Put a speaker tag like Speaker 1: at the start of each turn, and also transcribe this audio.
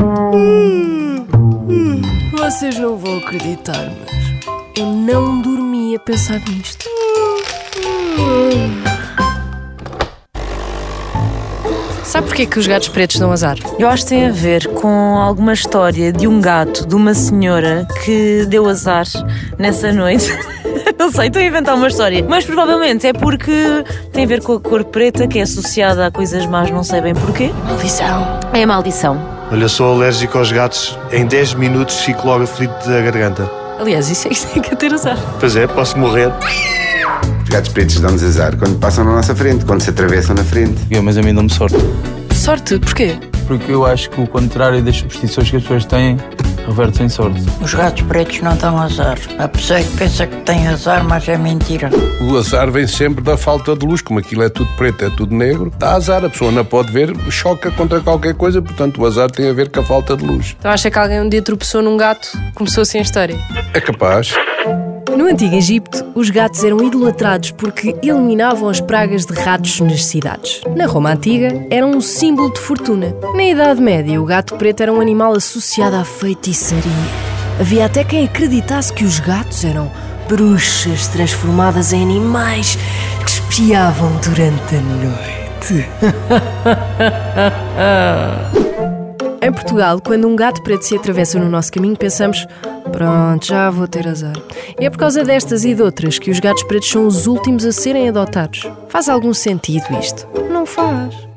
Speaker 1: Hum, Vocês não vão acreditar, mas eu não dormi a pensar nisto. Sabe porquê que os gatos pretos dão azar?
Speaker 2: Eu acho que tem a ver com alguma história de um gato, de uma senhora que deu azar nessa noite. Não sei, estou a inventar uma história. Mas provavelmente é porque tem a ver com a cor preta, que é associada a coisas más, não sei bem porquê.
Speaker 1: Maldição!
Speaker 2: É a maldição.
Speaker 3: Olha, sou alérgico aos gatos. Em 10 minutos fico logo aflito da garganta.
Speaker 1: Aliás, isso é, isso é que é ter azar.
Speaker 3: Pois é, posso morrer.
Speaker 4: Os gatos pretos dão-nos azar quando passam na nossa frente, quando se atravessam na frente.
Speaker 5: Eu, mas a mim dá-me sorte.
Speaker 1: Sorte, porquê?
Speaker 5: Porque eu acho que o contrário das superstições que as pessoas têm reverte em sorte.
Speaker 6: Os gatos pretos não dão azar. A pessoa é que pensa que tem azar, mas é mentira.
Speaker 7: O azar vem sempre da falta de luz, como aquilo é tudo preto, é tudo negro, dá azar. A pessoa não pode ver, choca contra qualquer coisa, portanto o azar tem a ver com a falta de luz.
Speaker 1: Então acha que alguém um dia tropeçou num gato? Começou assim a história.
Speaker 7: É capaz.
Speaker 8: No Antigo Egito, os gatos eram idolatrados porque eliminavam as pragas de ratos nas cidades. Na Roma Antiga, eram um símbolo de fortuna. Na Idade Média, o gato preto era um animal associado à feitiçaria. Havia até quem acreditasse que os gatos eram bruxas transformadas em animais que espiavam durante a noite. Em Portugal, quando um gato preto se atravessa no nosso caminho, pensamos: pronto, já vou ter azar. E é por causa destas e de outras que os gatos pretos são os últimos a serem adotados. Faz algum sentido isto? Não faz.